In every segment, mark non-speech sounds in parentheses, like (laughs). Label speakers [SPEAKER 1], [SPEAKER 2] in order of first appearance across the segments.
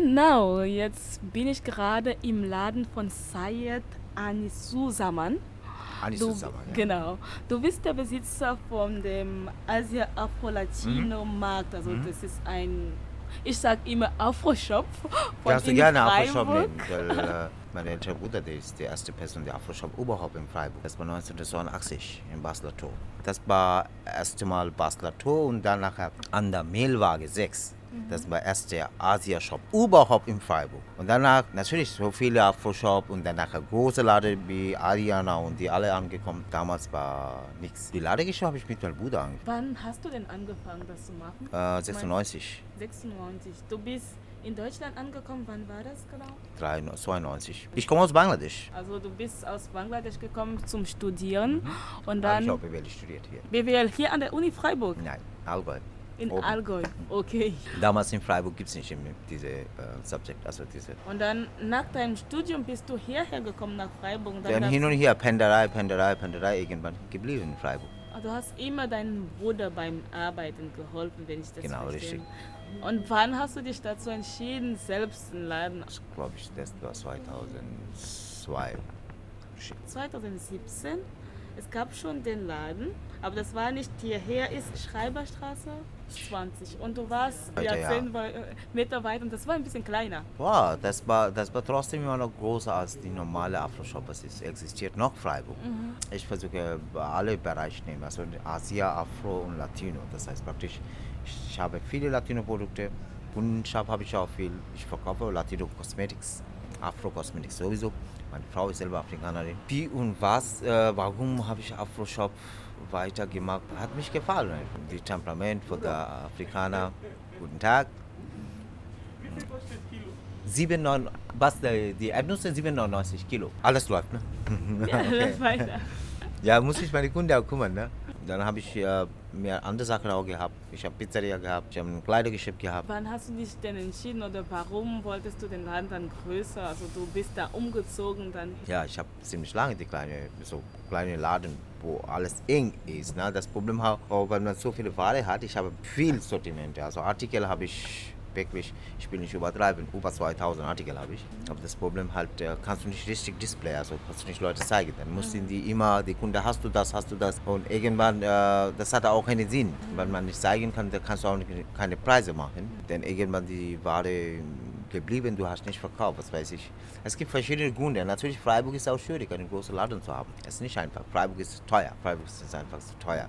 [SPEAKER 1] Genau, jetzt bin ich gerade im Laden von Sayed Anisusaman.
[SPEAKER 2] Anis
[SPEAKER 1] Du,
[SPEAKER 2] zusammen. Ja.
[SPEAKER 1] Genau. Du bist der Besitzer von dem Asia Afro Latino
[SPEAKER 2] Mhm.
[SPEAKER 1] Markt. Also das ist ein, ich sag immer Afro Shop. (laughs) von
[SPEAKER 2] Darfst du
[SPEAKER 1] in
[SPEAKER 2] gerne Afroshop
[SPEAKER 1] Freiburg.
[SPEAKER 2] nehmen, weil äh, mein älterer Bruder, der ist die erste Person, der Afroshop überhaupt in Freiburg. Das war 1982 in Basler Tor. Das war erste Mal Basler Tor und dann nachher an der Mehlwaage 6.
[SPEAKER 1] Mhm.
[SPEAKER 2] Das war erste Asia-Shop überhaupt in Freiburg. Und danach natürlich so viele Afro-Shop und danach große Laden wie Ariana und die alle angekommen. Damals war nichts. Die Ladegeschichte habe ich mit meinem Bruder angefangen.
[SPEAKER 1] Wann hast du denn angefangen, das zu machen?
[SPEAKER 2] Äh, 96,
[SPEAKER 1] 96. Du bist in Deutschland angekommen. Wann war das genau?
[SPEAKER 2] 93, 92. Ich komme aus Bangladesch.
[SPEAKER 1] Also du bist aus Bangladesch gekommen zum Studieren und
[SPEAKER 2] Dann, Mhm. ich
[SPEAKER 1] dann
[SPEAKER 2] habe BWL studiert hier.
[SPEAKER 1] BWL hier an der Uni Freiburg
[SPEAKER 2] Nein, Allgäu.
[SPEAKER 1] in
[SPEAKER 2] Oben.
[SPEAKER 1] Allgäu. Okay.
[SPEAKER 2] Damals in Freiburg gibt es nicht im- diese äh, Subject, also diese.
[SPEAKER 1] Und dann nach deinem Studium bist du hierher gekommen nach Freiburg. Und
[SPEAKER 2] Dann
[SPEAKER 1] hast-
[SPEAKER 2] hin und her, Penderei, Penderei, Penderei, irgendwann geblieben in Freiburg.
[SPEAKER 1] Ah, Du hast immer deinem Bruder beim Arbeiten geholfen, wenn ich das
[SPEAKER 2] Genau,
[SPEAKER 1] verstehe.
[SPEAKER 2] richtig.
[SPEAKER 1] Und wann hast du dich dazu entschieden, selbst einen Laden?
[SPEAKER 2] Das glaube ich, das war 2002. Shit.
[SPEAKER 1] 2017. Es gab schon den Laden, aber das war nicht hierher, ist Schreiberstraße 20. Und du warst
[SPEAKER 2] Alter, ja.
[SPEAKER 1] ja 10 Meter weit und das war ein bisschen
[SPEAKER 2] (laughs)
[SPEAKER 1] kleiner.
[SPEAKER 2] Wow, das war, das war trotzdem immer noch größer als die normale Afroshop. Es ist, existiert noch Freiburg. Ich versuche alle Bereiche nehmen, also Asia, Afro und Latino. Das heißt praktisch, ich habe viele Latino-Produkte. Kundenshop habe ich auch viel. Ich verkaufe Latino Cosmetics, Afro Cosmetics sowieso. Meine Frau ist selber Afrikanerin. Wie und was, äh, warum habe ich Afroshop weitergemacht? Hat mich gefallen. Die Temperament von der Afrikaner. Guten Tag. 7,9, was, äh, die Erdnuss sind 7,99 Kilo. Alles läuft, ne? (laughs)
[SPEAKER 1] (laughs) Weiter.
[SPEAKER 2] Ja, muss ich meine Kunden auch kümmern, ne? Dann habe ich äh, mehr andere Sachen auch gehabt. Ich habe Pizzeria gehabt, ich habe ein Kleidergeschäft gehabt.
[SPEAKER 1] Wann hast du dich denn entschieden oder warum wolltest du den Laden dann größer? Also du bist da umgezogen, dann
[SPEAKER 2] Ja, ich habe ziemlich lange die kleine, so kleine Laden, wo alles eng ist. Ne? Das Problem auch, auch wenn man so viele Ware hat, ich habe viel Sortiment. Also Artikel habe ich wirklich, ich will nicht übertreiben, über 2000 Artikel habe ich. Aber das Problem halt, äh, kannst du nicht richtig Display, also kannst du nicht Leute zeigen. Dann mussten die immer, die Kunde, hast du das, hast du das. Und irgendwann, äh, das hat auch keinen Sinn. Wenn man nicht zeigen kann, dann kannst du auch nicht, keine Preise machen. Denn irgendwann die Ware geblieben, du hast nicht verkauft, was weiß ich. Es gibt verschiedene Gründe. Natürlich, Freiburg ist auch schwierig, einen großen Laden zu haben. Es ist nicht einfach. Freiburg ist teuer. Freiburg ist einfach zu teuer.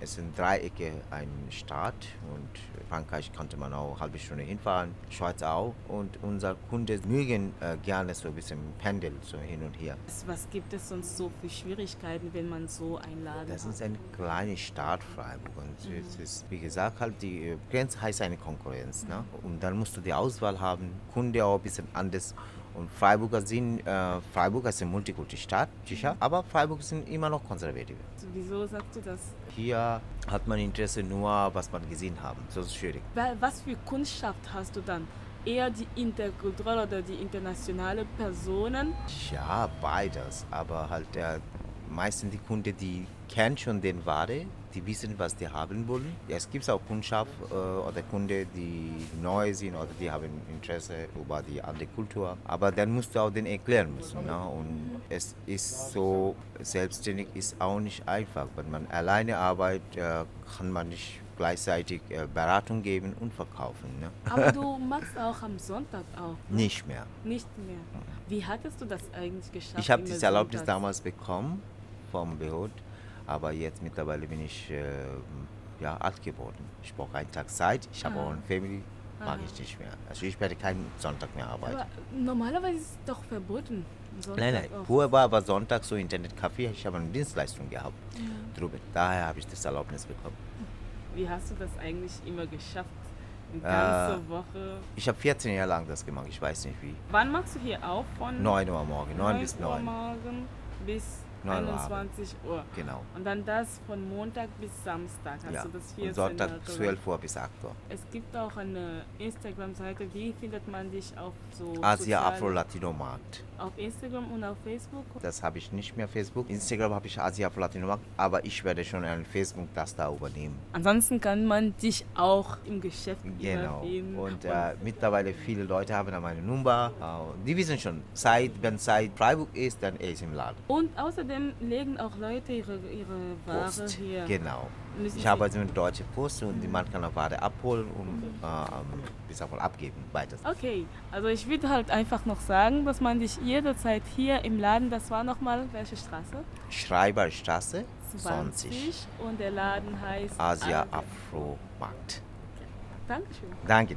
[SPEAKER 2] Es sind Dreiecke, ein Staat und Frankreich konnte man auch eine halbe Stunde hinfahren, Schweiz auch. Und unsere Kunden mögen äh, gerne so ein bisschen pendeln, so hin und her.
[SPEAKER 1] Was gibt es sonst so für Schwierigkeiten, wenn man so einen Laden
[SPEAKER 2] Das
[SPEAKER 1] hat?
[SPEAKER 2] ist ein kleiner Staat, Freiburg. Und es ist, wie gesagt, halt die äh, Grenze heißt eine Konkurrenz. Ne? Und dann musst du die Auswahl haben, Kunde auch ein bisschen anders. Und Freiburger sind, äh, Freiburger ist eine Multikulti-Stadt, sicher, aber Freiburg sind immer noch konservative.
[SPEAKER 1] Wieso sagst du das?
[SPEAKER 2] Hier hat man Interesse nur, was man gesehen haben. So ist es schwierig.
[SPEAKER 1] Wa- Was für Kundschaft hast du dann? Eher die interkulturelle oder die internationale Personen?
[SPEAKER 2] Ja, beides. Aber halt äh, meistens die Kunden, die kennen schon den Ware, die wissen, was die haben wollen. Ja, es gibt auch Kundschaft äh, oder Kunden, die neu sind oder die haben Interesse über die andere Kultur. Aber dann musst du auch den erklären müssen. Ne? Und es ist so, selbstständig ist auch nicht einfach. Wenn man alleine arbeitet, äh, kann man nicht gleichzeitig äh, Beratung geben und verkaufen. Ne?
[SPEAKER 1] Aber
[SPEAKER 2] (laughs)
[SPEAKER 1] du magst auch am Sonntag auch
[SPEAKER 2] Nicht mehr.
[SPEAKER 1] nicht mehr. Wie hattest du das eigentlich geschafft?
[SPEAKER 2] Ich habe
[SPEAKER 1] immer
[SPEAKER 2] diese Erlaubnis
[SPEAKER 1] sonntags?
[SPEAKER 2] damals bekommen vom Behörd, aber jetzt mittlerweile bin ich äh, ja, alt geworden. Ich brauche einen Tag Zeit, ich habe
[SPEAKER 1] Ah.
[SPEAKER 2] auch eine Family, mag
[SPEAKER 1] Ah.
[SPEAKER 2] ich nicht mehr. Also ich werde keinen Sonntag mehr arbeiten.
[SPEAKER 1] Aber normalerweise ist es doch verboten. am Sonntag
[SPEAKER 2] Nein, nein,
[SPEAKER 1] auch.
[SPEAKER 2] früher war aber Sonntag so Internetcafé, ich habe eine Dienstleistung gehabt drüber. Daher habe ich das Erlaubnis bekommen.
[SPEAKER 1] Wie hast du das eigentlich immer geschafft? Eine
[SPEAKER 2] Äh.
[SPEAKER 1] ganze Woche.
[SPEAKER 2] Ich habe 14 Jahre lang das gemacht, ich weiß nicht wie.
[SPEAKER 1] Wann machst du hier auf? Von
[SPEAKER 2] 9 Uhr morgen, 9
[SPEAKER 1] 9
[SPEAKER 2] bis
[SPEAKER 1] Uhr
[SPEAKER 2] 9.
[SPEAKER 1] morgen bis
[SPEAKER 2] Neun Uhr abends.
[SPEAKER 1] 21 Uhr.
[SPEAKER 2] Genau.
[SPEAKER 1] Und dann das von Montag bis Samstag. Hast
[SPEAKER 2] Ja.
[SPEAKER 1] du das 14
[SPEAKER 2] Und Sonntag
[SPEAKER 1] Jahre
[SPEAKER 2] 12 Uhr bis 8 Uhr.
[SPEAKER 1] Es gibt auch eine Instagram-Seite. Wie findet man dich auf so
[SPEAKER 2] Asia
[SPEAKER 1] sozialen-
[SPEAKER 2] Ah, Afro Latino Markt.
[SPEAKER 1] Auf Instagram und auf Facebook?
[SPEAKER 2] Das habe ich nicht mehr Facebook. Instagram habe ich Asia Afro Latino Markt, aber ich werde schon ein Facebook das da übernehmen.
[SPEAKER 1] Ansonsten kann man dich auch im Geschäft
[SPEAKER 2] Genau.
[SPEAKER 1] immer finden.
[SPEAKER 2] Und äh, mittlerweile viele Leute haben da meine Nummer. Äh, und die wissen schon, seit, wenn Zeit Freiburg ist, dann er ist im Laden.
[SPEAKER 1] Und außerdem legen auch Leute ihre, ihre Ware
[SPEAKER 2] Post.
[SPEAKER 1] hier.
[SPEAKER 2] Genau.
[SPEAKER 1] Müssen
[SPEAKER 2] Ich
[SPEAKER 1] sie- Mhm.
[SPEAKER 2] arbeite mit Deutsche Post und die man kann eine Ware abholen und äh, ähm, bis auch abgeben. Weiter.
[SPEAKER 1] Okay, also ich würde halt einfach noch sagen, dass man dich jederzeit hier im Laden, das war nochmal welche Straße?
[SPEAKER 2] Schreiberstraße 20.
[SPEAKER 1] Und der Laden heißt
[SPEAKER 2] Asia Afro Markt.
[SPEAKER 1] Dankeschön.
[SPEAKER 2] Danke dir.